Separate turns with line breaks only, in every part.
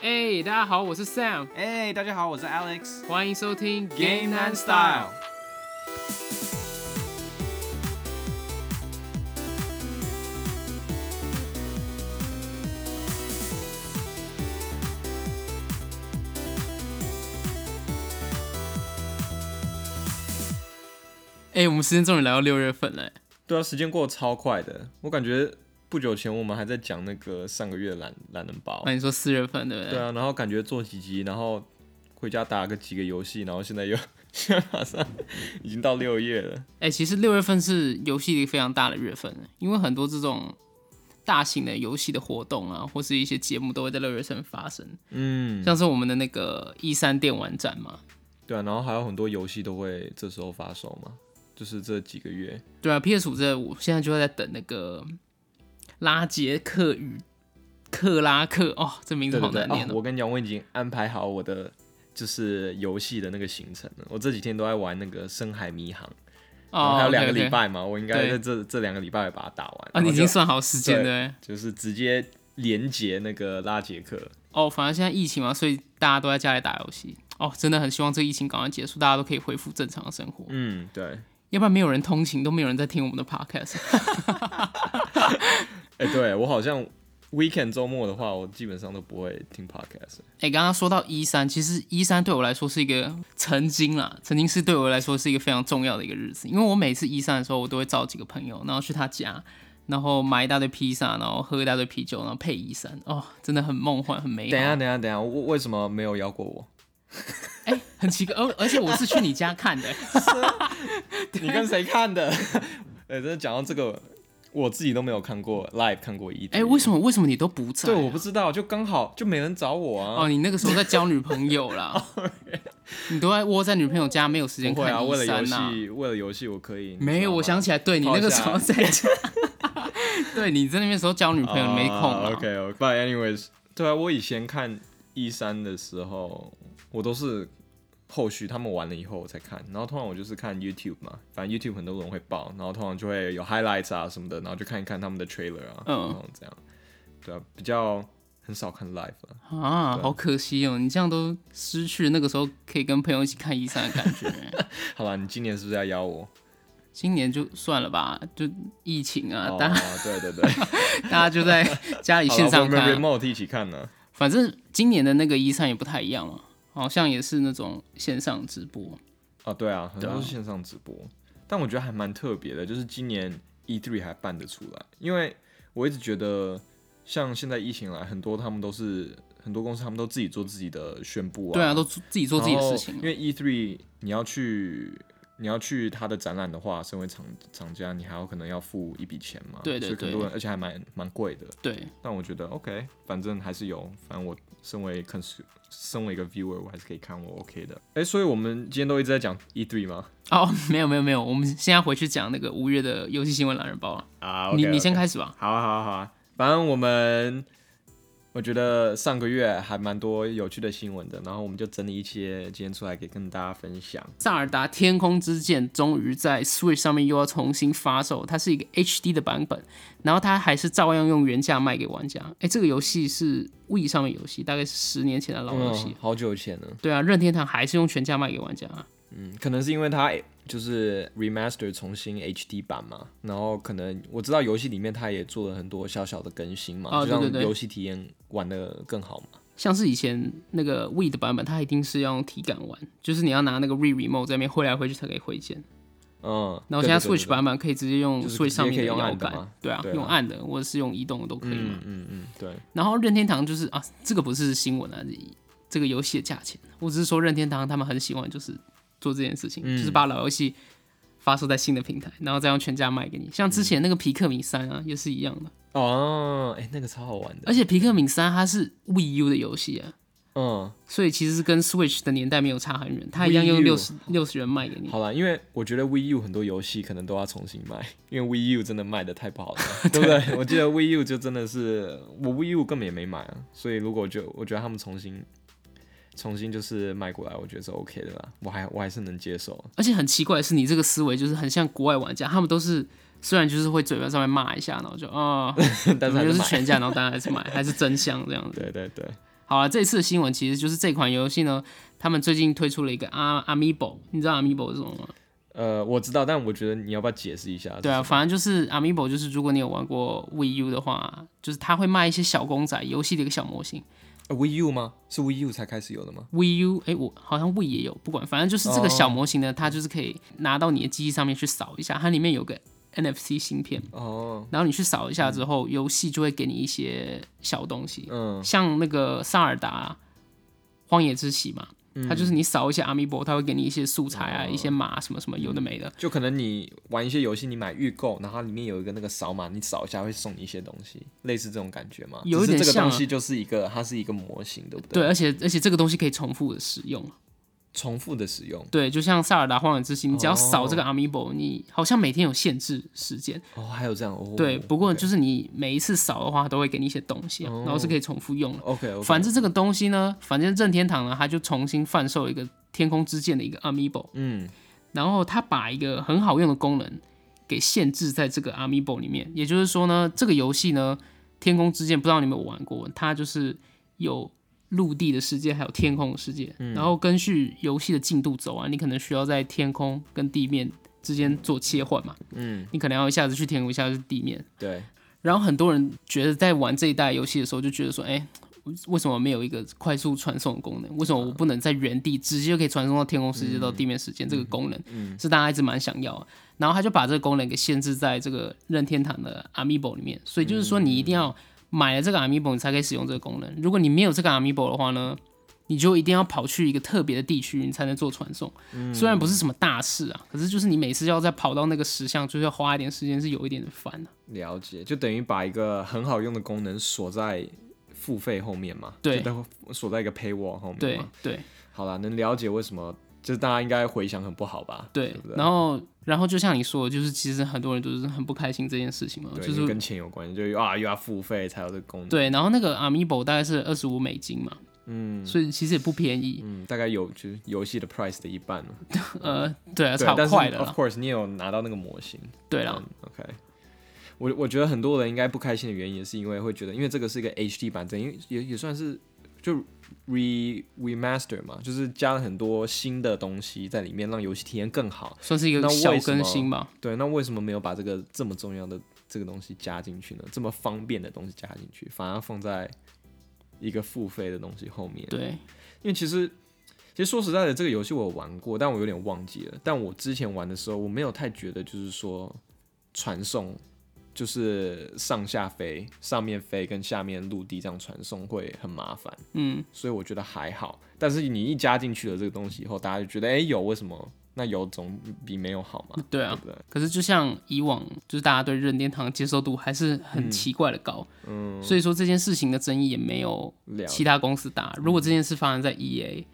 哎、大家好，我是 Sam，
哎、大家好，我是 Alex。
欢迎收听
Game
Game and
and
Style
Style。
哎、我们时间终于来到六月份了、哎
对啊，时间过得超快的，我感觉不久前我们还在讲那个上个月懒懒人包
那、。你说四月份对不对？
对啊，然后感觉做几集，然后回家打个几个游戏，然后现在又 现在马上已经到六月了。
哎、其实六月份是游戏一个非常大的月份，因为很多这种大型的游戏的活动啊，或是一些节目都会在六月份发生，
嗯，
像是我们的那个一三电玩展嘛，
对啊，然后还有很多游戏都会这时候发售嘛，就是这几个月。
对啊，PS 五这我现在就在等那个拉杰克与克拉克哦，这名字
对
好
对对，
难念
哦
哦。
我跟你讲，我已经安排好我的就是游戏的那个行程了。我这几天都在玩那个《深海迷航》然后还有两个
哦
礼
OK，OK
拜嘛，我应该
对
在这这两个礼拜把它打完。
啊，
然
你
后
已经
就
算好时间了
对
欸。
就是直接连接那个拉杰克。
哦，反正现在疫情嘛，所以大家都在家里打游戏。哦，真的很希望这疫情赶快结束，大家都可以恢复正常的生活，
嗯，对。
要不然没有人通勤，都没有人在听我们的 podcast。
哎、对我好像 weekend 周末的话，我基本上都不会听 podcast。
哎、刚刚说到一三，其实一三对我来说是一个曾经啦，曾经是对我来说是一个非常重要的一个日子，因为我每次一三的时候，我都会找几个朋友，然后去他家，然后买一大堆披萨，然后喝一大堆啤酒，然后配一三，哦，真的很梦幻，很美好。
等一下，等一下，等一下，为为什么没有邀过我？
哎、很奇怪，而而且我是去你家看的、
你跟谁看的？ 哎、真的讲到这个，我自己都没有看过 live 看过一。
哎、为什么为什么你都不在、
对，我不知道，就刚好就没人找我啊。
哦，你那个时候在交女朋友 啦，你都在窝在女朋友家，没有时间
Oh, 不会
看
啊，为了
一
游
三呐。
戏，为了游戏我可以。
没有，我想
起
起来，对你
抛
那个
下
时候在家， 对你在那边时候交女朋友你没空 啊。
OK OK，But anyways，对啊，我以前看一三的时候，我都是后续他们完了以后我才看，然后通常我就是看 YouTube 嘛，反正 YouTube 很多人会报，然后通常就会有 highlights 啊什么的，然后就看一看他们的 trailer 啊，
嗯
然后这样，对啊，比较很少看 live 了。
啊，好可惜哦！你这样都失去了那个时候可以跟朋友一起看医生的 感觉。
好啦，你今年是不是要邀我？
今年就算了吧，就疫情啊，
哦
大，
对 对对，
大家就 在家里线上
好啦我
看啊。
们 remote 一起看呢、
反正今年的那个医生也不太一样了，好像也是那种线上直播。
啊，对啊，很
对啊
多是线上直播，但我觉得还蛮特别的，就是今年 E3 还办得出来，因为我一直觉得像现在疫情来，很多他们都是很多公司他们都自己做自己的宣布啊，
对啊，都自己做自己的事情
然
啊
哦后因。为 E3 你要去你要去他的展览的话，身为厂厂家，你还有可能要付一笔钱嘛，
对对
所以
对
很多人而且还蛮蛮贵的，
对，
但我觉得 OK，反正还是有，反正我身为 cons 身为一个 viewer，我还是可以看我 OK 的。哎、所以我们今天都一直在讲 E3 吗？
哦， 没有没有没有，我们现在回去讲那个五月的游戏新闻懒人包了。
啊
你你先，开始吧。
好啊好啊好啊，反正我们我觉得上个月还蛮多有趣的新闻的，然后我们就整理一些今天出来给跟大家分享。
《萨尔达：天空之剑》终于在 Switch 上面又要重新发售，它是一个 HD 的版本，然后它还是照样用原价卖给玩家。哎，这个游戏是 We 上面游戏，大概是十年前的老游戏。
嗯，好久以前了，
对啊，任天堂还是用全价卖给玩家啊。
嗯，可能是因为它就是 remaster 重新 HD 版嘛，然后可能我知道游戏里面它也做了很多小小的更新嘛，
哦
就
对对
让
对
游戏体验玩的更好嘛。
像是以前那个 We 的版本，它一定是要用体感玩，就是你要拿那个 Re Remote 在那边挥来挥去才可以挥剑。
嗯，
然后现在
对对对
Switch 版本可以直接用
就是直
Switch 上面
接可以用
摇
按的
杆
嘛，
对啊，
对啊
用按的或者是用移动的都可以
对对
嘛。
嗯嗯嗯，对，
然后任天堂就是啊，这个不是新闻啊，这个游戏的价钱，我只是说任天堂他们很喜欢就是做这件事
嗯
情，就是把老游戏发售在新的平台，然后再用全价卖给你。像之前
嗯
那个皮克敏三啊，也是一样的，
哦，哎、那个超好玩的，
而且皮克敏三它是 Wii U 的游戏啊。
嗯，
所以其实是跟 Switch 的年代没有差很远，它一样用
Wii U
六十六十元卖给你。
好啦，因为我觉得 Wii U 很多游戏可能都要重新卖，因为 Wii U 真的卖的太不 好了，对不对？我记得 Wii U 就真的是我 Wii U 根本也没买啊，所以如果就我觉得他们重新重新就是卖过来，我觉得是 OK 的啦，我还我还是能接受。
而且很奇怪的是，你这个思维就是很像国外玩家，他们都是虽然就是会嘴巴上面骂一下，然后就啊，哦、
但是 还
就是是
买。
全价，然后当然还是买，还是真香这样子。
对对对，
好了，这次的新闻其实就是这款游戏呢，他们最近推出了一个阿 Amiibo，你知道 Amiibo 是什么吗？
呃，我知道，但我觉得你要不要解释一下？
对啊，反正就是 Amiibo，就是如果你有玩过 Wii U 的话，就是它会卖一些小公仔，游戏的一个小模型。
呃，Wii U 吗？是 Wii U 才开始有的吗？
Wii U，哎、我好像 Wii 也有，不管，反正就是这
哦
个小模型呢，它就是可以拿到你的机器上面去扫一下，它里面有个 NFC 芯片，
哦，
然后你去扫一下之后，游戏就会给你一些小东西，
嗯，
像那个萨尔达、荒野之息嘛，
嗯
它就是你扫一些 Amiibo，它会给你一些素材
哦
啊、一些码什么什么有的没的。
就可能你玩一些游戏，你买预购，然后它里面有一个那个扫码，你扫一下会送你一些东西，类似这种感觉吗？
有
只
一
是
点
这个
像啊
东西就是一个，它是一个模型，对不对？
对，而且而且这个东西可以重复的使用，
重复的使用。
对，就像萨尔达荒野之息，你只要扫
哦
这个 Amiibo，你好像每天有限制时间，
哦，还有这样哦。
对，不过
OK 哦
就是你每一次扫的话，都会给你一些东西、啊，然后是可以重复用的。
OK，, o k
反正这个东西呢，反正任天堂呢，它就重新贩售一个天空之剑的一个 Amiibo，
嗯，
然后它把一个很好用的功能给限制在这个 Amiibo 里面。也就是说呢，这个游戏呢，天空之剑不知道你们有玩过，它就是有陆地的世界，还有天空的世界。
嗯
然后根据游戏的进度走啊，你可能需要在天空跟地面之间做切换嘛。
嗯，
你可能要一下子去天空，一下子去地面。
对，
然后很多人觉得在玩这一代游戏的时候，就觉得说，哎、为什么没有一个快速传送的功能？为什么我不能在原地直接就可以传送到天空世界到地面世界？这个功能、是大家一直蛮想要的。然后他就把这个功能给限制在这个任天堂的 Amiibo 里面，所以就是说你一定要买了这个 Amiibo 你才可以使用这个功能。如果你没有这个 Amiibo 的话呢，你就一定要跑去一个特别的地区，你才能做传送。虽然不是什么大事啊，可是就是你每次要再跑到那个石像，就是要花一点时间，是有一点烦啊的、
了解，就等于把一个很好用的功能锁在付费后面嘛，
对
就等锁在一个 paywall 后面嘛。
对对。
好啦，能了解为什么，就是大家应该回想很不好吧？
对
对不，对？
然后然后就像你说的，就是其实很多人都是很不开心这件事情嘛，
对，
就
因为
是
跟钱有关，就啊又要付费才有这个功能。，
对，然后那个 Amiibo 大概是二十五美金嘛，
嗯
所以其实也不便宜，
嗯，大概有就是游戏的 price 的一半嘛。
呃，对啊，
对
超，
但是
快的
of
啦，
course 你也有拿到那个模型。嗯
对啊啦，
OK，我我觉得很多人应该不开心的原因，也是因为会觉得，因为这个是一个 HD 版本，因为也也算是就 re remaster 嘛，就是加了很多新的东西在里面，让游戏体验更好。
算是一
那
个
为
小
什么
更新吧。
对，那为什么没有把这个这么重要的这个东西加进去呢？这么方便的东西加进去，反而放在一个付费的东西后面。
对，
因为其实其实说实在的，这个游戏我有玩过，但我有点忘记了。但我之前玩的时候，我没有太觉得就是说传送，就是上下飞、上面飞跟下面陆地这样传送会很麻烦，
嗯，
所以我觉得还好。但是你一加进去了这个东西以后，大家就觉得哎、有为什么？那有总比没有好嘛，
对啊
对不对？
可是就像以往，就是大家对任天堂接受度还是很奇怪的高，嗯，所以说这件事情的争议也没有
了
其他公司大。如果这件事发生在 EA，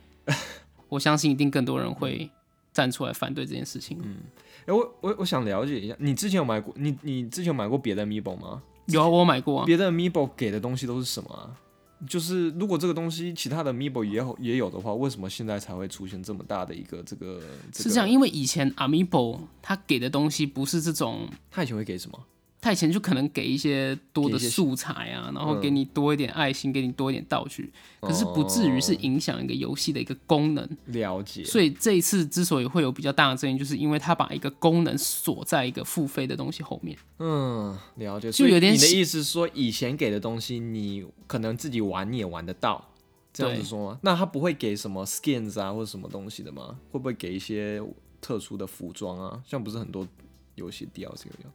我相信一定更多人会站出来反对这件事情。
哎、我我我想了解一下，你之前有买过你你之前有买过别的 Amiibo 吗？
有啊，我有买过啊。
别的 Amiibo 给的东西都是什么啊？就是如果这个东西其他的 Amiibo 也有也有的话，为什么现在才会出现这么大的一个这个？这
是
个
这样，因为以前 Amiibo 它给的东西不是这种，
他以前会给什么？
它以前就可能给一些多
给
的
一些嗯
素材啊，然后给你多一点爱心，给你多一点道具，
哦
可是不至于是影响一个游戏的一个功能。
了解，
所以这一次之所以会有比较大的争议，就是因为它把一个功能锁在一个付费的东西后面。
嗯，了解。
就
所以
有点
你的
喜
意思是说，以前给的东西你可能自己玩你也玩得到，这样子
对
说吗？那他不会给什么 skins 啊或者什么东西的吗？会不会给一些特殊的服装啊？像不是很多游戏 DLC 有，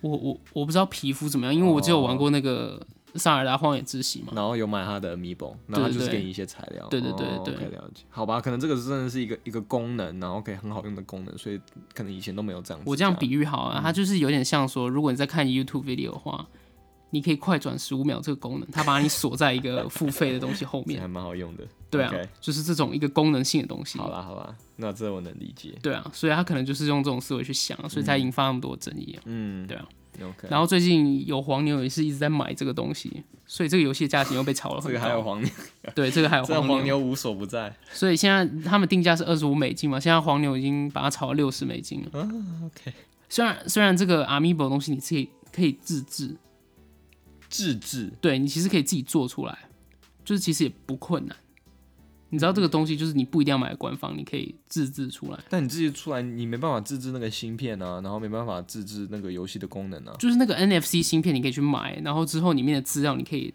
我我我不知道皮肤怎么样，因为我只有玩过那个《萨尔达荒野之息》嘛。
然后有买它的 Amiibo，然后它就是给你一些材料。
对对对
哦
对
OK，了解。好吧，可能这个真的是一个一个功能，然后可以很好用的功能，所以可能以前都没有这样子加。嗯
我这样比喻好啊，它就是有点像说，如果你在看 YouTube video 的话，你可以快转十五秒这个功能，它把你锁在一个付费的东西后
这
面。
还蛮好用的。
对啊
啊 OK，
就是这种一个功能性的东西。
好啦好啦，那这我能理解。
对啊，所以他可能就是用这种思维去想，啊所以才引发那么多争议啊。
嗯，
对啊。
OK，
然后最近有黄牛也是一直在买这个东西，所以这个游戏的价钱又被炒了
这
很
个
高。
还有黄牛，
对，这个还有
这个
黄牛，
黄牛无所不在。
所以现在他们定价是二十五美金嘛，现在黄牛已经把它炒到六十美金了。
啊 OK，
虽然虽然这个 Amiibo 的东西你自己可以自制，
自制
对你其实可以自己做出来，就是其实也不困难。你知道这个东西就是你不一定要买官方，你可以自制出来。
但你自己出来，你没办法自制那个芯片啊，然后没办法自制那个游戏的功能啊。
就是那个 NFC 芯片，你可以去买，然后之后里面的资料你可以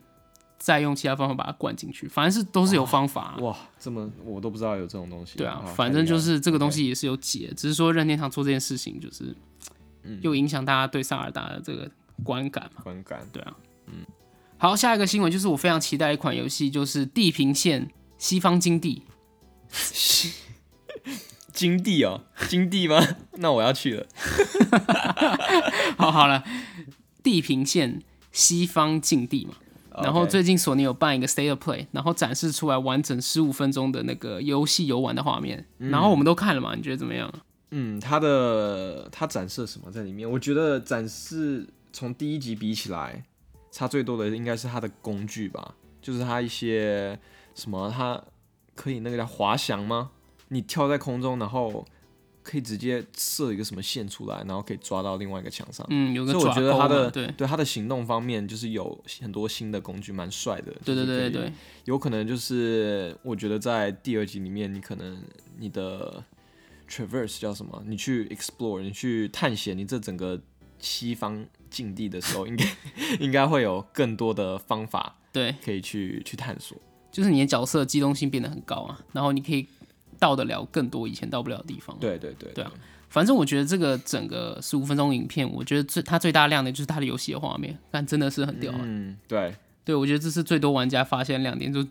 再用其他方法把它灌进去，反正是都是有方法、啊。
哇，这么我都不知道有这种东西。
对啊
哇，
反
太
正
厉害
就
了
是这个东
OK
西也是有解，只是说任天堂做这件事情就是，
嗯
又影响大家对萨尔达的这个观感嘛。
观感。
对啊，嗯。好，下一个新闻就是我非常期待一款游戏，就是《地平线：西方金地》。
金地哦，金地吗？ 那我要去了。
好，好了，地平线西方禁地嘛。然后
OK
最近索尼有办一个 State of Play，然后展示出来完整十五分钟的那个游戏游玩的画面，然后我们都看了嘛，你觉得怎么样？
嗯，它的它展示了什么在里面？我觉得展示从第一集比起来，差最多的应该是它的工具吧，就是它一些什么，它可以那个叫滑翔吗？你跳在空中，然后可以直接射一个什么线出来，然后可以抓到另外一个墙上。
嗯，有个
所以我
爪
觉得
钩
它
嘛，
的
对
对它的行动方面，就是有很多新的工具，蛮帅的。
对对
就是可
对对
以
对，
有可能就是我觉得在第二集里面，你可能你的 traverse 叫什么？你去 explore，你去探险，你这整个西方境地的时候，应该应该会有更多的方法
对，
可以去去探索。
就是你的角色机动性变得很高啊，然后你可以到得了更多以前到不了的地方。
对对对
对啊反正我觉得这个整个十五分钟影片，我觉得最它最大亮点就是它的游戏的画面，但真的是很屌啊。
嗯，对，
对，我觉得这是最多玩家发现的亮点，就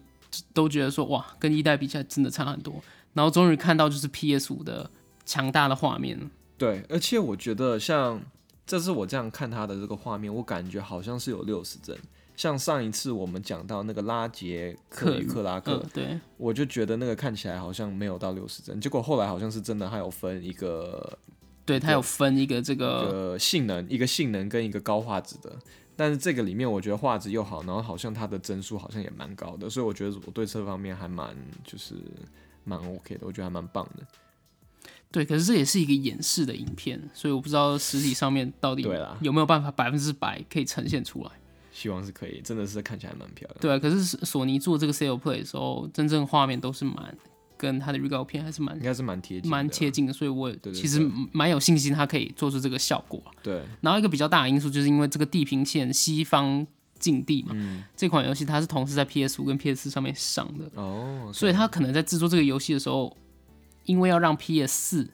都觉得说哇，跟一代比起来真的差很多。然后终于看到就是 PS 五的强大的画面了，
对，而且我觉得像这次我这样看它的这个画面，我感觉好像是有六十帧。像上一次我们讲到那个拉杰克
克
与
语
克拉克，
嗯，对，
我就觉得那个看起来好像没有到六十帧，结果后来好像是真的，它有分一个、
对，它有分一个这
一
个，
个性能、一个性能跟一个高画质的。但是这个里面我觉得画质又好，然后好像它的帧数好像也蛮高的，所以我觉得我对这方面还蛮就是蛮 OK 的，我觉得还蛮棒的。
对，可是这也是一个演示的影片，所以我不知道实体上面到底
对啦
有没有办法百分之百可以呈现出来。
希望是可以，真的是看起来蛮漂亮的。
对啊，可是索尼做这个 sale play 的时候，真正画面都是蛮跟它的预告片还是蛮
应该是蛮贴近的，
蛮贴近的，所以我
对对
其实
对
蛮有信心它可以做出这个效果啊。
对，
然后一个比较大的因素就是因为这个地平线西方禁地嘛，这款游戏它是同时在 PS 五跟 PS 四上面上的，
嗯哦，
所以它可能在制作这个游戏的时候，因为要让 PS 四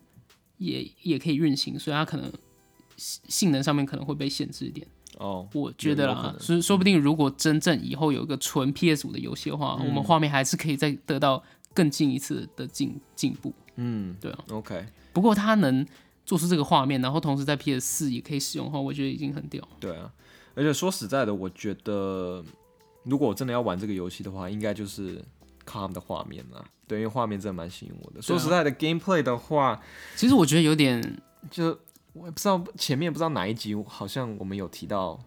也也可以运行，所以它可能性性能上面可能会被限制一点。
哦，
我觉得
有可
啦，
能
所以说不定如果真正以后有一个纯 PS 五的游戏的
嗯
话，我们画面还是可以再得到更进一次的进进步。
嗯，
对啊
，OK，
不过它能做出这个画面，然后同时在 PS 四也可以使用的话，我觉得已经很屌了。
对啊，而且说实在的，我觉得如果我真的要玩这个游戏的话，应该就是靠他们的画面啦。对，因为画面真的蛮吸引我的。说
啊
实在的，gameplay 的话，
其实我觉得有点
就我也不知道前面不知道哪一集，好像我们有提到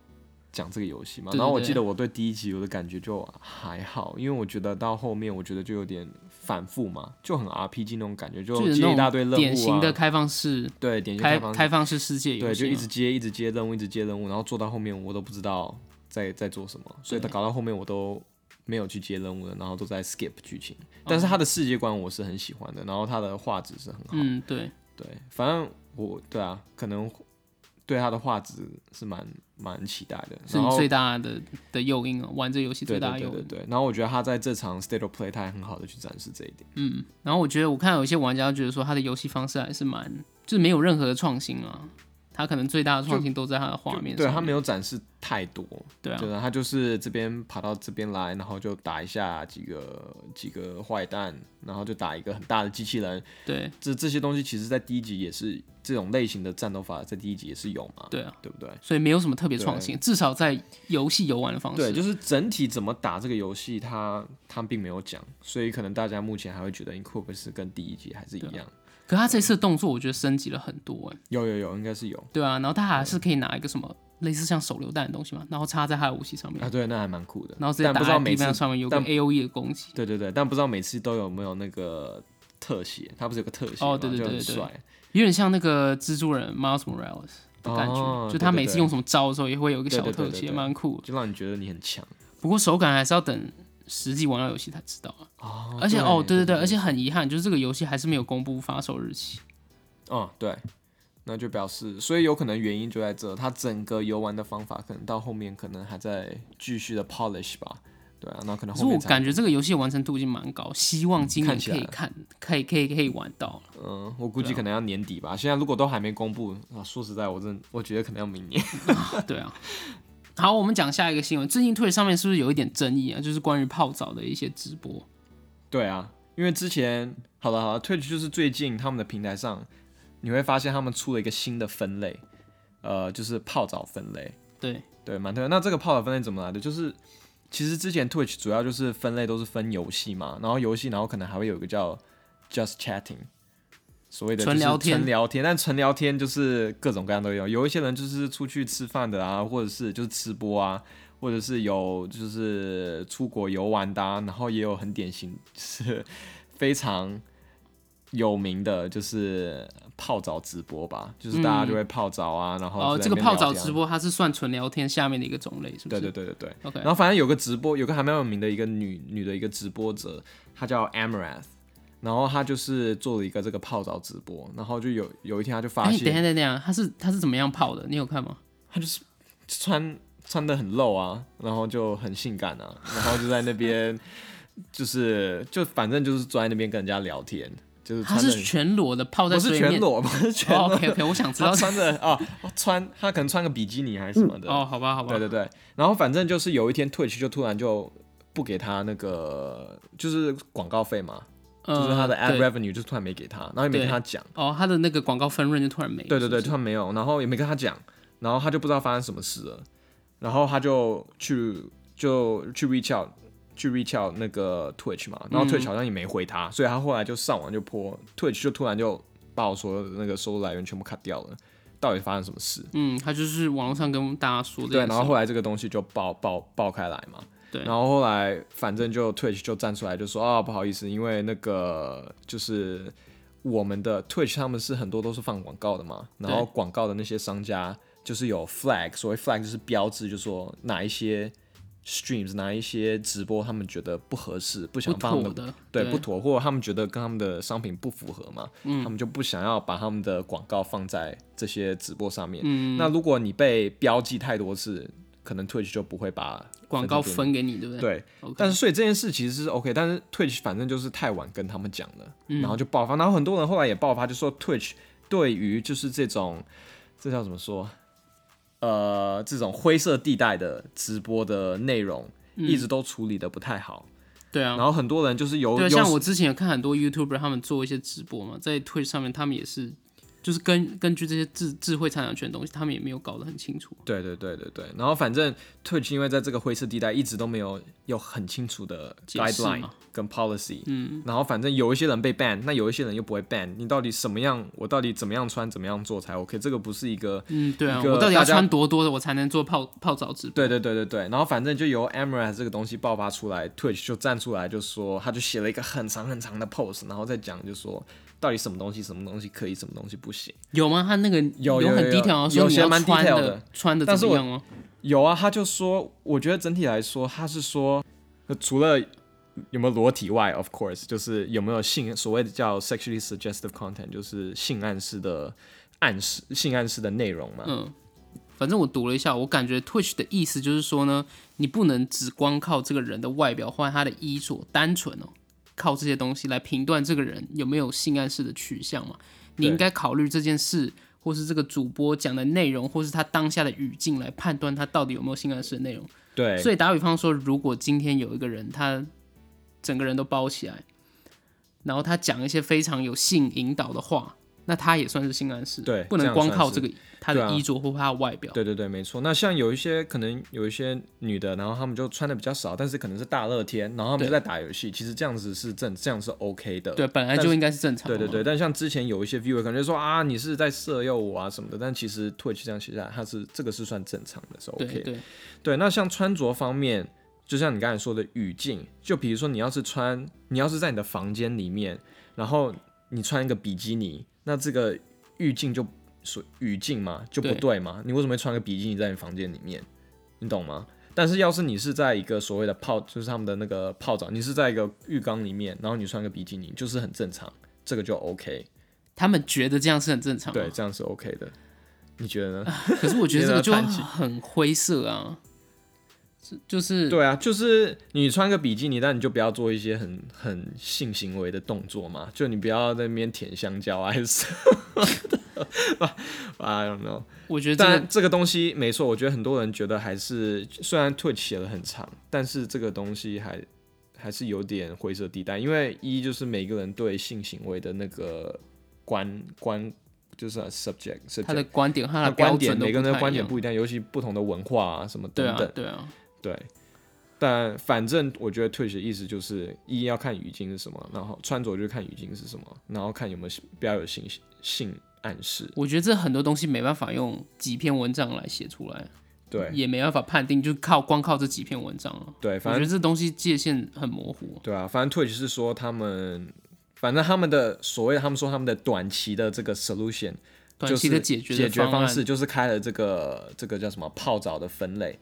讲这个游戏嘛。
对对
然后我记
对
得我对第一集我的感觉就还好，因为我觉得到后面我觉得就有点反复嘛，就很 RPG 那种感觉，就
就是
接一
那
大堆
种
任务啊，
典型的开放式、
对典型
开
放式
开放式世界游
对，
戏
就
嘛，
一直接一直接任务，一直接任务，然后做到后面我都不知道在在做什么，所以
对
搞到后面我都没有去接任务了，然后都在 skip 剧情。但是它的世界观我是很喜欢的，然后它的画质是很好，
哦嗯，对，
对，反正我对啊，可能对它的画质是蛮蛮期待的。
是
然
你
后
最大的的诱因啊，玩这游戏最
对对
大的
对
诱
对
因。
对，然后我觉得他在这场 state of play 他还很好的去展示这一点。
嗯，然后我觉得我看到有些玩家觉得说他的游戏方式还是蛮，就是没有任何的创新啊，他可能最大的创新都在他的画面
对
上
他
面，
没有展示太多，
对啊
对，啊，他就是这边爬到这边来，然后就打一下几个几个坏蛋，然后就打一个很大的机器人。
对
这这些东西其实，在第一集也是这种类型的战斗法，在第一集也是有嘛，
对啊，
对不对？
所以没有什么特别创新，至少在游戏游玩的方式，
对，就是整体怎么打这个游戏，他他并没有讲，所以可能大家目前还会觉得你欸会不会是跟第一集还是一
啊
样？
可他这次的动作我觉得升级了很多、欸，
有有有，应该是有
对啊，然后他还是可以拿一个什么类似像手榴弹的东西嘛，然后插在他的武器上面，
啊，对，那还蛮酷的。
嗯然后直接
但
打
不知道
在地
每次
面上面有个
但
A O E 的攻击，
对对对，但不知道每次都有没有那个特写，他不是有个特写
哦
嘛
对对
就
对
很
对
帅
有点像那个蜘蛛人 Miles Morales 的感觉，
哦
就他每次
对对对
用什么招的时候也会有一个小
对对对
特
对
写，
对
蛮酷的。
就让你觉得你很强。
不过手感还是要等实际玩到游戏才知道啊。
哦
而且哦，对对对，而且很遗憾，就是这个游戏还是没有公布发售日期。
嗯，对，那就表示，所以有可能原因就在这，它整个游玩的方法可能到后面可能还在继续的 polish 吧，对啊，那可能
可
后
是
面
我
才
感觉这个游戏的完成度已经蛮高，希望今年
看起
可
来
以看，可以可以可以玩到了。
嗯，我估计
啊
可能要年底吧。现在如果都还没公布啊，说实在，我真我觉得可能要明年。
对啊。好，我们讲下一个新闻。最近 Twitter 上面是不是有一点争议啊？就是关于泡澡的一些直播。
对啊，因为之前好了好了，Twitch 就是最近他们的平台上，你会发现他们出了一个新的分类，呃，就是泡澡分类。
对，
对，蛮特别。那这个泡澡分类怎么来的？就是其实之前 Twitch 主要就是分类都是分游戏嘛，然后游戏，然后可能还会有一个叫 Just Chatting，所谓的
纯
就是
聊天
纯聊天，但纯聊天就是各种各样都有，有一些人就是出去吃饭的啊，或者是就是吃播啊。或者是有就是出国游玩的、啊，然后也有很典型就是 非常有名的，就是泡澡直播吧，就是大家就会泡澡啊，然后
嗯哦，
在
这个
那边
泡
聊
澡
天
直播它是算纯聊天下面的一个种类，是不
对
是？
对对对对。
OK，哎
然后反正有个直播，有个还蛮有名的一个女女的一个直播者，她叫 Amarath，然后她就是做了一个这个泡澡直播，然后就有有一天她就发
哎、等一
现，
下，等一下，它是它是怎么样泡的？你有看吗？
她就是穿穿的很露啊，然后就很性感啊，然后就在那边 就是就反正就是坐在那边跟人家聊天，就是
它
穿的
是全裸的泡在
不是
水
全
面。
裸，不是全
哦
裸，
，OK OK，我想知道
她。穿的啊、穿她可能穿个比基尼还是什么的，
哦，好吧，好吧。
对对对，然后反正就是有一天 Twitch 就突然就不给他那个就是广告费嘛，
嗯
就是他的 ad
对
revenue 就突然没给他，然后也没
对
跟他讲，
哦，他的那个广告分润就突然没了。
对对对，
是
突然没有，然后也没跟他讲，然后他就不知道发生什么事了，然后他就去就去 reach out 去 reach out 那个 Twitch 嘛，然后 Twitch 好像也没回他，所以他后来就上网就泼 Twitch 就突然就把我所有的那个收入来源全部 cut 掉了，到底发生什么事？
不是嗯，他就是网络上跟大家说
对，
的。
然后后来这个东西就爆爆爆开来嘛。
对
然后后来反正就 Twitch 就站出来就说啊，不好意思，因为那个就是我们的 Twitch 他们是很多都是放广告的嘛，然后广告的那些商家就是有 flag，所谓 flag 就是标志，就说哪一些 streams 哪一些直播他们觉得不合适，不
不
想放他
妥
们的
的，
对不妥，或者他们觉得跟他们的商品不符合嘛，
嗯
他们就不想要把他们的广告放在这些直播上面。
嗯
那如果你被标记太多次，可能 Twitch 就不会把
广告
分
分给你，对不对？
对。
OK
但是所以这件事其实是 OK，但是 Twitch 反正就是太晚跟他们讲了，
嗯
然后就爆发，然后很多人后来也爆发，就说 Twitch 对于就是这种这叫怎么说？呃，这种灰色地带的直播的内容，
嗯
一直都处理的不太好。
对啊。
然后很多人就是有
对，啊
有
像我之前有看很多 YouTuber 他们做一些直播嘛，在 Twitch 上面，他们也是就是根根据这些智智慧财产权的东西，他们也没有搞得很清楚。
对对对对对，然后反正 Twitch 因为在这个灰色地带一直都没有有很清楚的
解释嘛
guideline 跟 policy，嗯，然后反正有一些人被 ban，那有一些人又不会 ban，你到底什么样，我到底怎么样穿，怎么样做才 OK？这个不是一个，
嗯，对啊，
一个
我到底要
大家
穿多多的我才能做泡泡澡直播？
对对对对对，然后反正就由 Amara 这个东西爆发出来，Twitch 就站出来就说，他就写了一个很长很长的 post，然后再讲就说到底什么东西什么东西可以，什么东西不行。
有吗？他那个
有有
很
有
低调啊，
有
说你
些
要
蛮
穿的
detail 的
穿的
但
怎么
是我
样哦？
有啊，他就说，我觉得整体来说，他是说，呃除了有没有裸体外，of course，就是有没有性所谓的叫 sexually suggestive content，就是性暗示的暗示性暗示的内容嘛。
嗯，反正我读了一下，我感觉 Twitch 的意思就是说呢，你不能只光靠这个人的外表或者他的衣着，单纯哦，靠这些东西来评断这个人有没有性暗示的取向嘛。你
对
应该考虑这件事，或是这个主播讲的内容，或是他当下的语境来判断他到底有没有性暗示的内容。
对，
所以打比方说，如果今天有一个人他整个人都包起来，然后他讲一些非常有性引导的话，那他也算是性暗示，
对
不
这
能
样
光
算
靠
是
这个他
对
的
啊
衣着或他的外表。
对对对，没错。那像有一些可能有一些女的，然后她们就穿的比较少，但是可能是大热天，然后她们
对
就在打游戏，其实这样子是正，这样是 OK 的。
对，本来
但
就应该是正常的
对
嘛。
对对，但像之前有一些 viewer 可能就说啊，你是在色诱我啊什么的，但其实 Twitch 这样写下来，它是这个是算正常的，是 OK 的。
对对
对，那像穿着方面，就像你刚才说的语境，就比如说你要是穿，你要是在你的房间里面，然后你穿一个比基尼，那这个语境就所语境嘛就不
对
对嘛，你为什么会穿个比基尼在你房间里面？你懂吗？但是要是你是在一个所谓的泡，就是他们的那个泡澡，你是在一个浴缸里面，然后你穿个比基尼，就是很正常，这个就 OK，
他们觉得这样是很正常的。
对，这样是 OK 的。你觉得呢？
可是我觉得这个就
你在叹气
很灰色啊，就就是
对啊，就是你穿个比基尼，但你就不要做一些很很性行为的动作嘛，就你不要在那边舔香蕉啊，还是什 么的 I don't know。
我觉得这
但
个
这个东西没错，我觉得很多人觉得还是，虽然 Twitch 写的很长，但是这个东西还还是有点灰色地带，因为一就是每个人对性行为的那个观观就是 subject
他的
subject
观点和他
他
的标
观
准
点，
都
每个
不
人的
太
观
一
点
样。
不一样，尤其不同的文化啊什么等
对啊
等，，
对啊，
对。但反正我觉得 Twitch 的意思就是，一要看语境是什么，然后穿着就看语境是什么，然后看有没有不要有性性暗示，
我觉得这很多东西没办法用几篇文章来写出来，
对。
也没办法判定，就靠光靠这几篇文章啊。
对，
我
反
觉
正
得这东西界限很模糊。
对啊，反正 Twitch 是说他们，反正他们的所谓他们说他们的短期的这个 solution，
短期的解
决
决的
决
方
方
案
式就是开了这个这个叫什么泡澡的分类。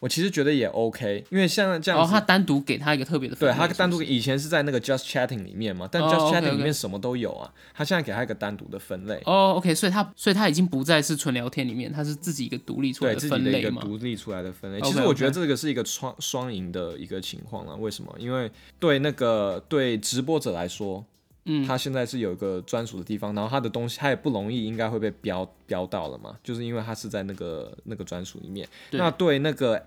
我其实觉得也 OK，因为像这
然
样
后
子，
哦他单独给他一个特别的分
对
类，
他
是不
单独
是
以前是在那个 Just Chatting 里面嘛，但
哦
Just
，OK，
Chatting 里
OK
面什么都有啊，他现在给他一个单独的分类，
哦，OK，所以他所以他已经不再是纯聊天里面，他是自己一个独立出来
对
的
自己
分
的一
类
个
嘛。
独立出来的分类。其
OK，
实我觉得
OK
这个是一个双双赢的一个情况了。为什么？因为对那个对直播者来说，嗯，他现在是有一个专属的地方，然后他的东西他也不容易应该会被标标到了嘛，就是因为他是在那个那个专属里面。
对
那对那个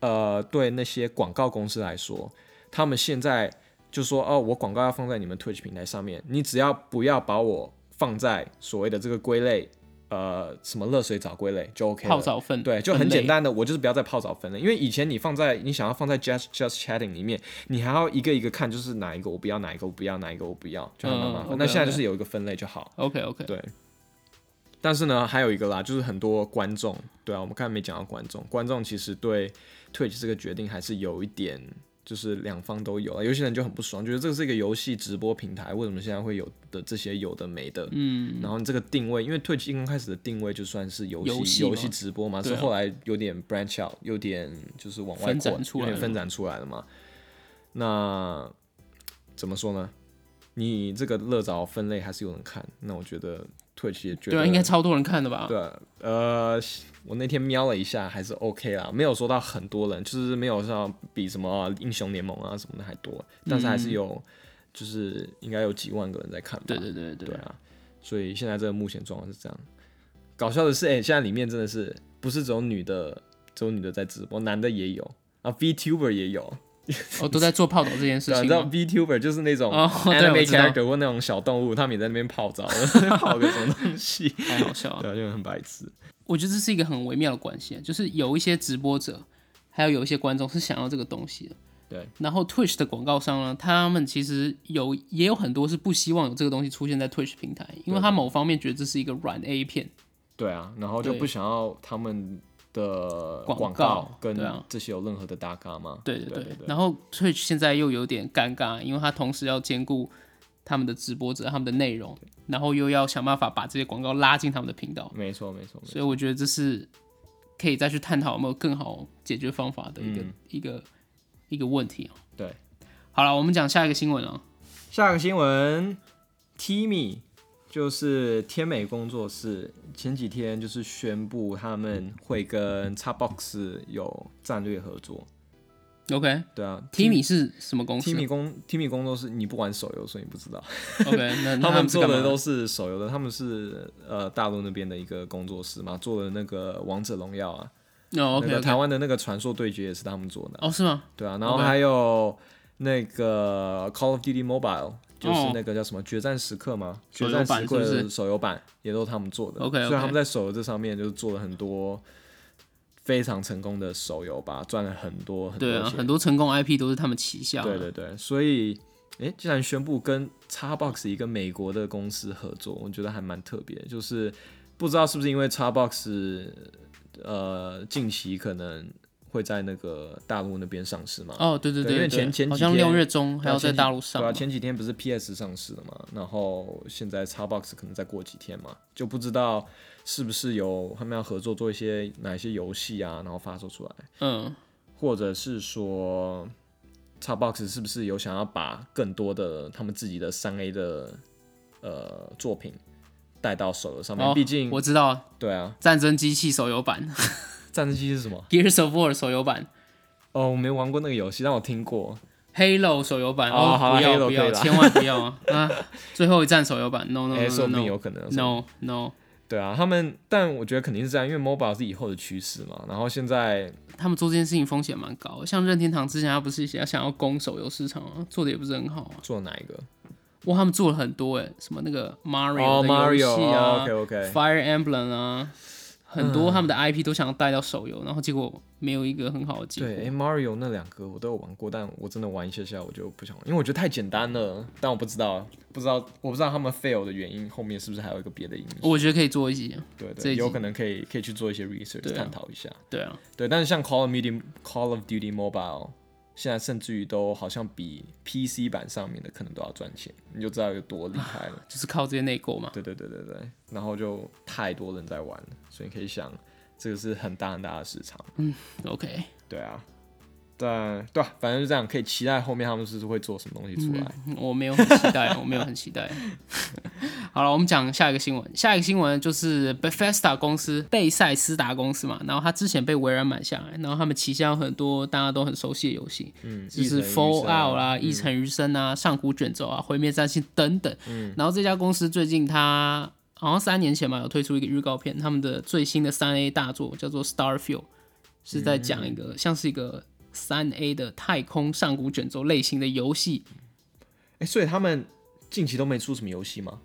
呃对那些广告公司来说，他们现在就说哦，我广告要放在你们 Twitch 平台上面，你只要不要把我放在所谓的这个归类。呃，什么热水澡归类就 OK 了
泡澡分
对，就很
分类
简单的，我就是不要再泡澡分类，因为以前你放在你想要放在 just just chatting 里面，你还要一个一个看，就是哪一个我不要，哪一个我不要，哪一个我不要，就很麻烦。
嗯，OK，
那现在就
OK
是有一个分类就好。
OK OK，
对。但是呢，还有一个啦，就是很多观众，对啊，我们刚才没讲到观众，观众其实对 Twitch 这个决定还是有一点，就是两方都有啊，有些人就很不爽，觉得这是一个游戏直播平台，为什么现在会有的这些有的没的？嗯，然后你这个定位，因为 Twitch 一刚开始的定位就算是游
游
戏
戏嘛
游戏直播嘛，
对
是
啊
后来有点 branch out，有点就是往外
分展
扩
出来
有点
了
分展出来了嘛。那怎么说呢？你这个乐早分类还是有人看，那我觉得 Twitch 也觉得
对啊，应该超多人看的吧？
对啊呃，我那天瞄了一下，还是 OK 啦，没有说到很多人，就是没有像比什么英雄联盟啊什么的还多，但是还是有，就是应该有几万个人在看
嗯
吧。
对对对对
对啊，所以现在这个目前状况是这样。搞笑的是，哎、现在里面真的是不是只有女的，只有女的在直播，男的也有啊，VTuber 也有，
哦，都在做泡澡这件事
对啊，
情
你知道
吗。
VTuber 就是那种
哦 对我
anime
知道
character 或那种小动物，他们也在那边泡 澡， 泡个什么东西，
太好笑了，
对啊，就很白痴。
我觉得这是一个很微妙的关系，啊就是有一些直播者，还有有一些观众是想要这个东西的。
对，
然后 Twitch 的广告商呢，他们其实有也有很多是不希望有这个东西出现在 Twitch 平台，因为他某方面觉得这是一个软 A 片，
对啊，然后就
对
不想要他们的
广
广
告
跟
对啊
这些有任何的搭嘎吗？
对对
对
对。
对
然后 Twitch 现在又有点尴尬，因为它同时要兼顾他们的直播者、他们的内容，然后又要想办法把这些广告拉进他们的频道，
没错没错没错，
所以我觉得这是可以再去探讨有没有更好解决方法的一个、一个一个问题啊。
嗯对。
好了，我们讲下一个新闻啊。
下个新闻，Timmy 就是天美工作室前几天就是宣布他们会跟 Xbox 有战略合作。
OK，Timmy、
对啊
Timmy 是什么公司
Timmy 工 Timmy 工作室，你不玩手游，所以你不知道。
？OK，那那
他们
是
做
干嘛
的都是手游的，他们是呃大陆那边的一个工作室嘛，做的那个《王者荣耀》啊
哦
那
OK
个
OK，
台湾的那个《传说对决》也是他们做的啊，
哦是吗？
对啊，然后
OK
还有那个《Call of Duty Mobile》，就是那个叫什么《决战时刻》嘛，《
哦手
决
游
战
版
时刻》
是不
的
是
手游版也都是他们做的
OK，OK
所以他们在手游这上面就是做了很多非常成功的手游吧，赚了很多很多
对啊，
钱
很多成功 IP 都是他们旗下的。
对对对，所以，诶，既然宣布跟 Xbox 一个美国的公司合作，我觉得还蛮特别的。就是不知道是不是因为 Xbox 呃近期可能会在那个大陆那边上市嘛。
哦，对对
对因为前
对
前几
好像
天
六月中还要在大陆上哦
对
嘛
啊，，前几天不是 PS 上市了嘛，然后现在 Xbox 可能再过几天嘛，就不知道是不是有他们要合作做一些哪一些游戏啊，然后发售出来，
嗯，
或者是说 Xbox 是不是有想要把更多的他们自己的三 A 的呃作品带到手游上面？
哦
毕竟
我知道《
对啊，
战争机器》手游版，《
战争机是什么？
Gears of War》手游版，
哦，我没玩过那个游戏，但我听过。
《Halo》手游版，
哦好
不
啦
要
Halo
不
可
要，
以啦
千万不要啊！啊，最后一站手游版，no no
哎、说
no
不定
no
有可能。
no no，
对啊，他们，但我觉得肯定是这样，因为 MOBA 是以后的趋势嘛。然后现在
他们做这件事情风险蛮高的，像任天堂之前他不是想想要攻手游市场啊，做的也不是很好啊。
做哪一个？
哇，他们做了很多哎，什么那个 Mario
哦嗯
的游
，Mario，
戏啊、
OK OK，
Fire Emblem 啊，很多他们的 IP 都想要带到手游，然后结果没有一个很好的结
对，哎、
果。
m a r i o 那两个我都有玩过，但我真的玩一下下我就不想玩，因为我觉得太简单了。但我不知道，不知道，我不知道他们 fail 的原因后面是不是还有一个别的因素？
我觉得可以做一集，
对
这一
对，
集
有可能可以可以去做一些 research
对啊
探讨一下。
对啊，
对，但是像 Call of Duty Call of Duty Mobile，现在甚至于都好像比 PC 版上面的可能都要赚钱，你就知道有多厉 害了。
就是靠这些内购嘛。
对对对对对，然后就太多人在玩了，所以你可以想，这个是很大很大的市场。
OK，
对啊，但对啊，反正就这样，可以期待后面他们是会做什么东西出来。
我没有很期待，我没有很期待。 好了，我们讲下一个新闻。下一个新闻就是 Bethesda 公司贝塞斯达公司嘛，然后它之前被微软买下来，然后他们旗下有很多大家都很熟悉的游戏，
嗯，
就
异
是
神
Fallout 啦、
异
一
神
城余生啊、上古卷轴啊、毁灭战星等等。然后这家公司最近它好像三年前嘛，有推出一个预告片，他们的最新的三 A 大作叫做 Starfield，是在讲一个、像是一个三 A 的太空上古卷轴类型的游戏。
哎、所以他们近期都没出什么游戏吗？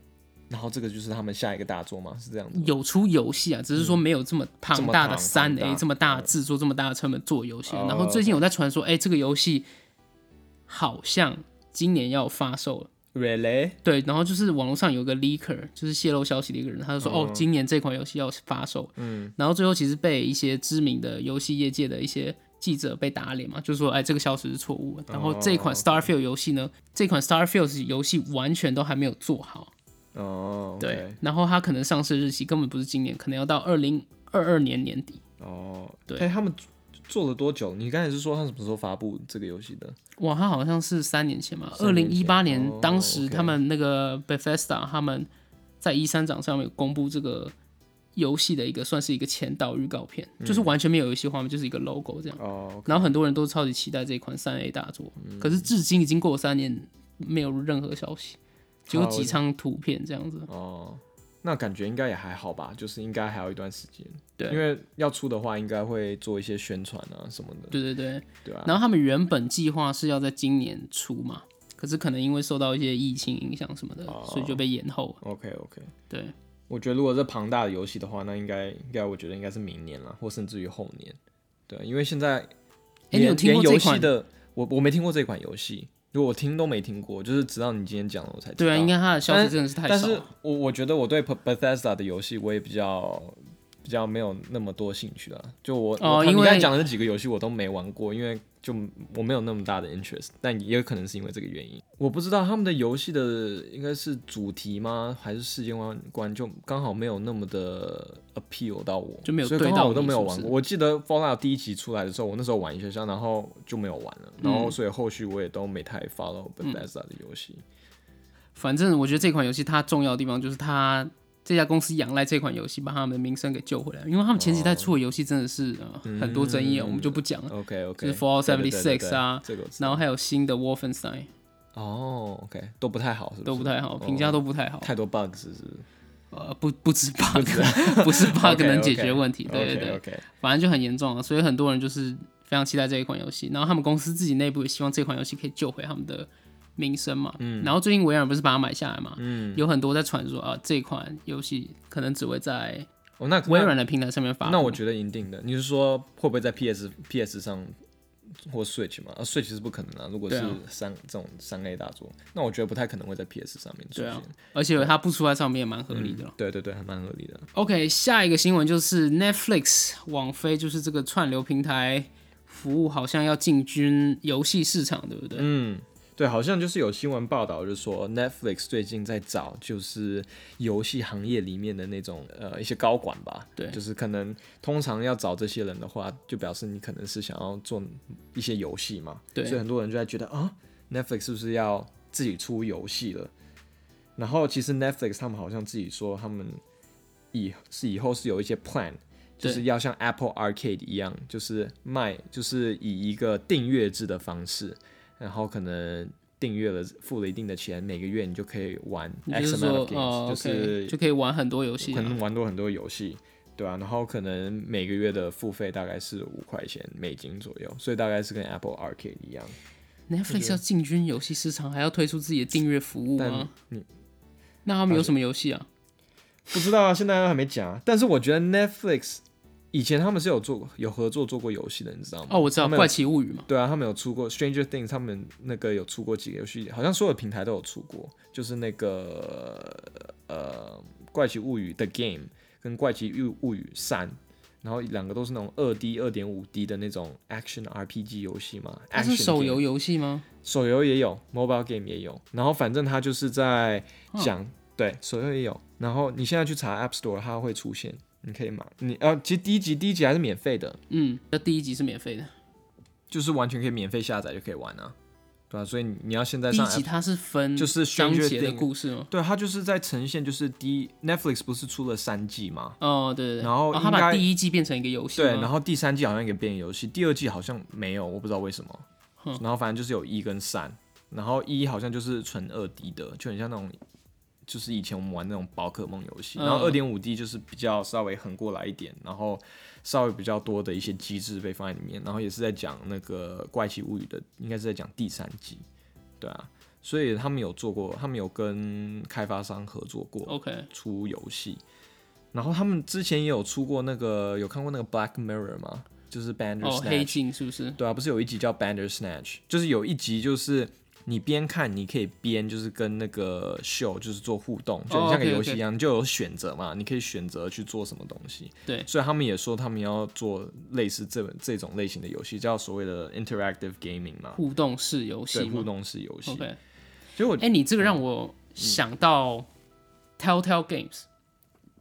然后这个就是他们下一个大作吗？是这样子？
有出游戏啊，只是说没有这么庞大的
这么
三
庞
A
大
这么大的嗯制作、这么大的成本做游戏。
哦
然后最近有在传说，哎、这个游戏好像今年要发售了。
Really？
对，然后就是网络上有个 leaker，就是泄露消息的一个人，他就说哦，今年这款游戏要发售，嗯，然后最后其实被一些知名的游戏业界的一些记者被打脸嘛，就说哎，这个消息是错误的。然后这款 Starfield 游戏呢，这款 Starfield 游戏完全都还没有做好，
哦，
对
OK，
然后它可能上市日期根本不是今年，可能要到二零二二年年底。
哦，
对
哎、他们做了多久？你刚才是说他什么时候发布这个游戏的？
哇，它好像是三年前嘛，二
三
零
年
一
前
八年，
哦
当时
OK
他们那个 Bethesda 他们在一三展上面有公布这个游戏的一个算是一个前导预告片，就是完全没有游戏画面，就是一个 logo 这样。
嗯哦，嗯
然后很多人都超级期待这一款三 A 大作，可是至今已经过了三年，没有任何消息，只有
好
几张图片这样子。
哦，那感觉应该也还好吧，就是应该还有一段时间。
对
因为要出的话，应该会做一些宣传啊什么的，
对对对，
对啊吧、
然后他们原本计划是要在今年出嘛，可是可能因为受到一些疫情影响什么的，
哦
所以就被延后了。
o k OK，
对，
我觉得如果是庞大的游戏的话，那应该应该我觉得应该是明年啦，或甚至于后年。对，因为现在
哎，你有
连
听过
连
这
游戏
款
的，我我没听过这款游戏，如果我听都没听过，就是直到你今天讲了我才知道。
对啊，应该他的消息
但
真的是太
但
少
是
了。
我我觉得我对 Beth- Bethesda 的游戏我也比较比较没有那么多兴趣了。就我
哦
我
因为
你刚才讲的那几个游戏我都没玩过，因为就我没有那么大的 interest，但也有可能是因为这个原因。我不知道他们的游戏的应该是主题吗，还是世界观观，就刚好没有那么的 appeal 到我，
就没有
所以刚
对到
好我都
你
没有
是不
玩过。
是
我记得 Fallout 第一集出来的时候，我那时候玩一下下，然后就没有玩了，然
嗯
后所以后续我也都没太 follow Bethesda 的游戏。
反正我觉得这款游戏它重要的地方就是它这家公司仰赖这款游戏把他们的名声给救回来，因为他们前几代出的游戏真的是、
哦
呃、很多争议，啊，我们就不讲了。
OK OK，
就是 Fallout
对对对对对
76啊
这个我知道
然后还有新的 Wolfenstein
哦，OK，都不太好，是不是？
都不太好，
哦
评价都不太好，
太多 bug，是不是
呃，不不止 bug，不 是 bug 能解决问题，对对对
o k
反正就很严重了，啊所以很多人就是非常期待这一款游戏。然后他们公司自己内部也希望这款游戏可以救回他们的名声嘛。嗯。然后最近微软不是把它买下来嘛？嗯。有很多在传说啊，这款游戏可能只会在
哦，那
微软的平台上面发
那
布。
那我觉得一定的。你是说会不会在 PS PS 上或 Switch 嘛、啊、？Switch 是不可能啊，如果
对
是
啊
三、这种三 A 大作，那我觉得不太可能会在 PS 上面出
对
现
啊。，而且它不出在上面也蛮合理的了。
对对对，还蛮合理的。
OK，下一个新闻就是 Netflix 网飞就是这个串流平台服务好像要进军游戏市场，对不对？
嗯，对，好像就是有新闻报道，就是说 Netflix 最近在找就是游戏行业里面的那种呃一些高管吧，
对
就是可能通常要找这些人的话，就表示你可能是想要做一些游戏嘛，
对
所以很多人就在觉得啊，Netflix 是不是要自己出游戏了？然后其实 Netflix 他们好像自己说他们以是以后是有一些 plan，就
对
是要像 Apple Arcade 一样，就是卖，就是以一个订阅制的方式，然后可能订阅了付了一定的钱，每个月你就可以玩
你就
X
是
amount
说
of，games，、
哦
就
，OK，
是
就可以玩很多游戏
可
啊，
能玩多很多游戏，对啊，然后可能每个月的付费大概是五块钱美金左右，所以大概是跟 Apple Arcade 一样。
Netflix 要进军游戏市场，还要推出自己的订阅服务
但
吗？那他们有什么游戏啊？
不知道啊，现在还没讲啊。但是我觉得 Netflix 以前他们是有做有合作做过游戏的，你知道吗？
哦，我知道
他
《
们
怪奇物语》嘛。
对啊，他们有出过《Stranger Things》，他们那个有出过几个游戏，好像所有平台都有出过，就是那个呃《怪奇物语》的 Game 跟《怪奇物物语三》，然后两个都是那种二 D、二点五 D 的那种 Action RPG 游戏嘛。
它是
action
手
game
游游戏吗？
手游也有，mobile game 也有，然后反正它就是在讲，
嗯
对，手游也有。然后你现在去查 App Store，它会出现，你可以买。你呃，其实第一集第一集还是免费的，
嗯，那第一集是免费的。
就是完全可以免费下载就可以玩啊，对啊，所以你你要现在
第一
上
集
App，
它是分
就是
章
Stranger
节的
Things
故事吗？
对，它就是在呈现，就是第一 Netflix 不是出了三季吗？
哦，对对对。
然后
哦他
应
把
该
第一季变成一个游戏吗。
对，然后第三季好像也变成游戏，第二季好像没有，我不知道为什么。然后反正就是有一跟三，然后一好像就是纯二 D 的，就很像那种，就是以前我们玩那种宝可梦游戏。
嗯
然后二点五 D 就是比较稍微横过来一点，然后稍微比较多的一些机制被放在里面，然后也是在讲那个怪奇物语的，应该是在讲第三季，对啊。所以他们有做过，他们有跟开发商合作过，
OK，
出游戏，然后他们之前也有出过那个，有看过那个 Black Mirror 吗？就是
哦，黑
Bandersnatch，、
镜是不是？
对啊，不是有一集叫 Bandersnatch，就是有一集就是你边看你可以边就是跟那个秀就是做互动，就很像个
哦 OK，OK
游戏一样，你就有选择嘛，你可以选择去做什么东西。
对
所以他们也说他们要做类似这这种类型的游戏，叫所谓的 interactive gaming 嘛，
互动式游戏
对，互
吗
动嗯式游戏。
？OK，哎
结果、
你这个让我想到 Telltale Games。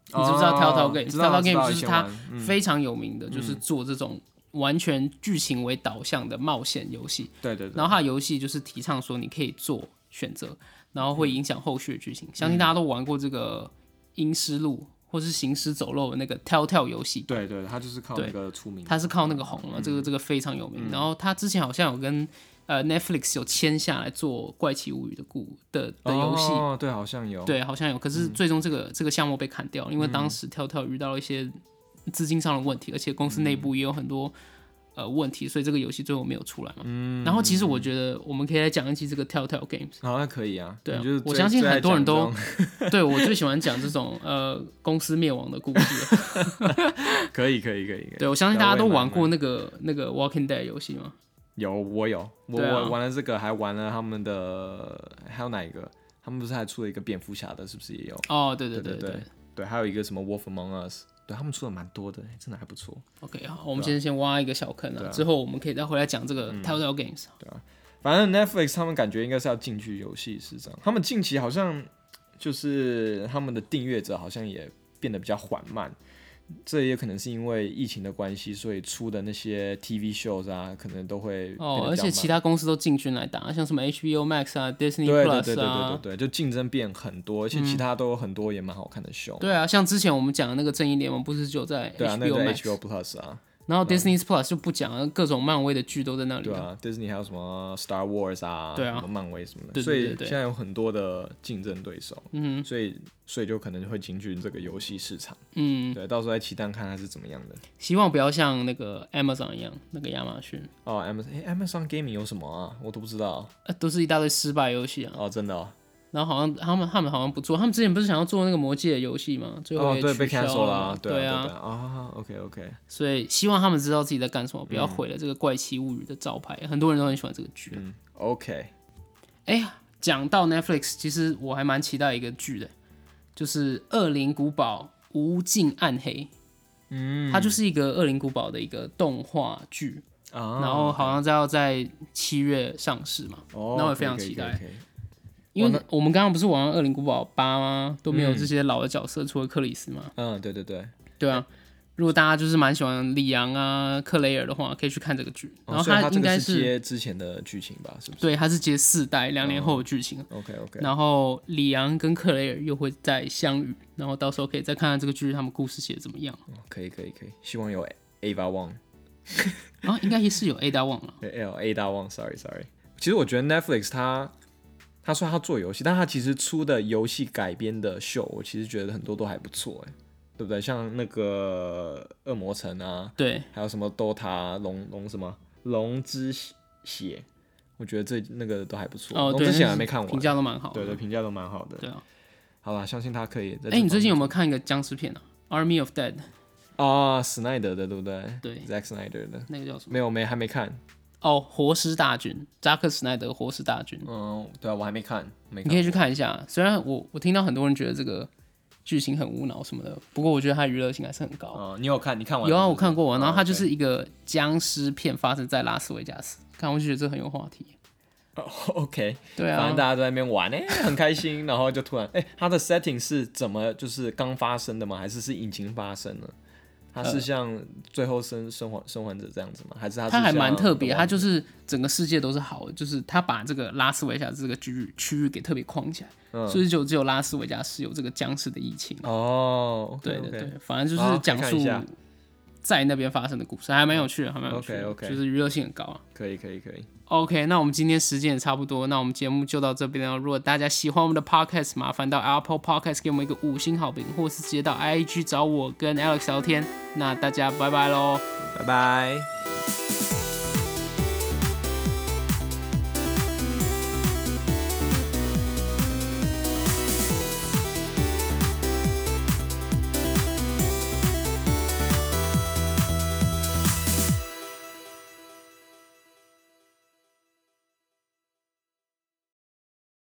你知不知道 Telltale
哦
Games？
知道啊
Telltale
知道
Games
以
就是
前
它
玩嗯
非常有名的，就是做这种完全剧情为导向的冒险游戏。
对对对，
然后它的游戏就是提倡说你可以做选择，然后会
嗯
影响后续的剧情。相信大家都玩过这个《阴尸路》或是《行尸走肉》的那个 Telltale 游戏，
对嗯对，他就是靠
对
那个出名的。
它是靠那个红了，这个这个非常有
嗯
名。然后它之前好像有跟呃 Netflix 有签下来做《怪奇物语》的故的的游戏，
哦，对，好像有。
对，好像有。可是最终这个、这个项目被砍掉，因为当时跳跳遇到了一些资金上的问题，而且公司内部也有很多、呃问题，所以这个游戏最后没有出来嘛。然后其实我觉得我们可以来讲一期这个跳跳 games。
好，那可以啊。
对啊
你就是
我
最
相信
最爱
很多人
讲这
都对我最喜欢讲这种呃公司灭亡的故事了。
种 可以，可以，可以，可以。
对我相信大家都
对我也蛮
玩过那个那个 Walking Dead 游戏嘛。
有，我有，我
对啊
我玩了这个，还玩了他们的，还有哪一个？他们不是还出了一个蝙蝠侠的，是不是也有？
哦，对对
对
对
对。对，还有一个什么 Wolf Among Us，对他们出的蛮多的，真的还不错。
OK，好，我们先先挖一个小坑啊，之后我们可以再回来讲这个 Telltale Games。
反正 Netflix 他们感觉应该是要进去游戏市场，他们近期好像就是他们的订阅者好像也变得比较缓慢，这也可能是因为疫情的关系，所以出的那些 TV shows 啊，可能都会变得比较慢
哦，而且其他公司都进军来打，像什么 HBO Max 啊、Disney
对
Plus 啊，嗯
对对对对对对，就竞争变很多，而且其他都有很多也蛮好看的 show，、
对啊，像之前我们讲的那个《正义联盟》，不是只有在
对啊，那
HBO
个
Max，、
HBO Plus 啊，
然后 Disney Plus 就不讲了，各种漫威的剧都在那里
对
嘛。
啊，Disney 还有什么 Star Wars 啊，
对啊
什么漫威什么的，
对对对对
所
对
以现在有很多的竞争对手，嗯，所以所以就可能会进军这个游戏市场，
嗯，
对，到时候再期待看它是怎么样的。
希望不要像那个 Amazon 一样，那个亚马逊，
哦，Amazon、诶 Amazon Gaming 有什么啊？我都不知道
呃，都是一大堆失败游戏啊。
哦，真的哦，
然后好像他们他们好像不做，他们之前不是想要做那个魔戒的游戏吗？最后
哦
也
对，
取
被
消
cancel
了
啦
嘛，
对啊
啊，
对啊啊，OK OK，
所以希望他们知道自己在干什么，不要毁了这个怪奇物语的招牌。很多人都很喜欢这个剧。
嗯，OK，
哎呀，讲到 Netflix，其实我还蛮期待一个剧的，就是《恶灵古堡：无尽暗黑》。嗯，它就是一个《恶灵古堡》的一个动画剧，
啊
然后好像在要在七月上市嘛，
哦，
那我也
可以
非常
可以
期
可以
待
可以
因为我们刚刚不是玩《恶灵古堡八》吗？都没有这些老的角色，除了克里斯嘛。
嗯，对对对，
对啊，
嗯
如果大家就是蛮喜欢里昂啊、克雷尔的话，可以去看这个剧。
哦
然后
所以它这
应
个
该
是接之前的剧情吧？是不是
对，它是接四代两年
哦
后的剧情。
？OK OK，
然后里昂跟克雷尔又会再相遇，然后到时候可以再看看这个剧他们故事写得怎么样
可以可以可以，希望有 Ava Wang，
啊，应该也是有 A 大忘了，
对 L A 大 Wang，sorry sorry。其实我觉得 Netflix 它，它虽然它做游戏，但它其实出的游戏改编的秀，我其实觉得很多都还不错，哎，对不对？像那个《恶魔城》啊，
对，
还有什么 DOTA 啊龙龙什么龙之血，我觉得这那个都还不错。
哦
龙
对，
之血
那
还
是
没看完，
评价都蛮好的。
对对，评价都蛮好的。
对啊，
好啦，相信他可以在这方面。
哎，你最近有没有看一个僵尸片啊？《Army of Dead》
啊，史奈德的对不对？
对
，Zack Snyder 的
那个叫什么？
没有没还没看。
哦，《活尸大军》，扎克·斯奈德《活尸大军》，
嗯，对啊，我还没看，没
你
看。
可以去看一下。啊虽然我我听到很多人觉得这个剧情很无脑什么的，不过我觉得它娱乐性还是很高。
哦，你有看？你看完了
有啊，
是不
我
是
看过，然后它就
哦
是一个僵尸片，发生在拉斯维加斯，看我就觉得这很有话题。
OK，
对
反
啊
正，大家都在那边玩，哎，很开心，然后就突然，哎，它的 setting 是怎么就是刚发生的吗？还是是引擎发生了？它是像最后生生还生还者这样子吗？还是它
它
它
还蛮特别，它就是整个世界都是好的，就是它把这个拉斯维加斯这个区域区域给特别框起来，
嗯
所以就只有拉斯维加斯有这个僵尸的疫情。
哦，OK，
对对
OK
对，反正就
好
是讲
可以看
述
一下
在那边发生的故事，还蛮有趣的，还蛮有趣的
OK，OK
就是娱乐性很高啊。
可以可以可以，
OK，那我们今天时间也差不多，那我们节目就到这边了。如果大家喜欢我们的 Podcast，麻烦到 Apple Podcast 给我们一个五星好评，或是直接到 IG 找我跟 Alex 聊天。那大家拜拜喽。
拜拜。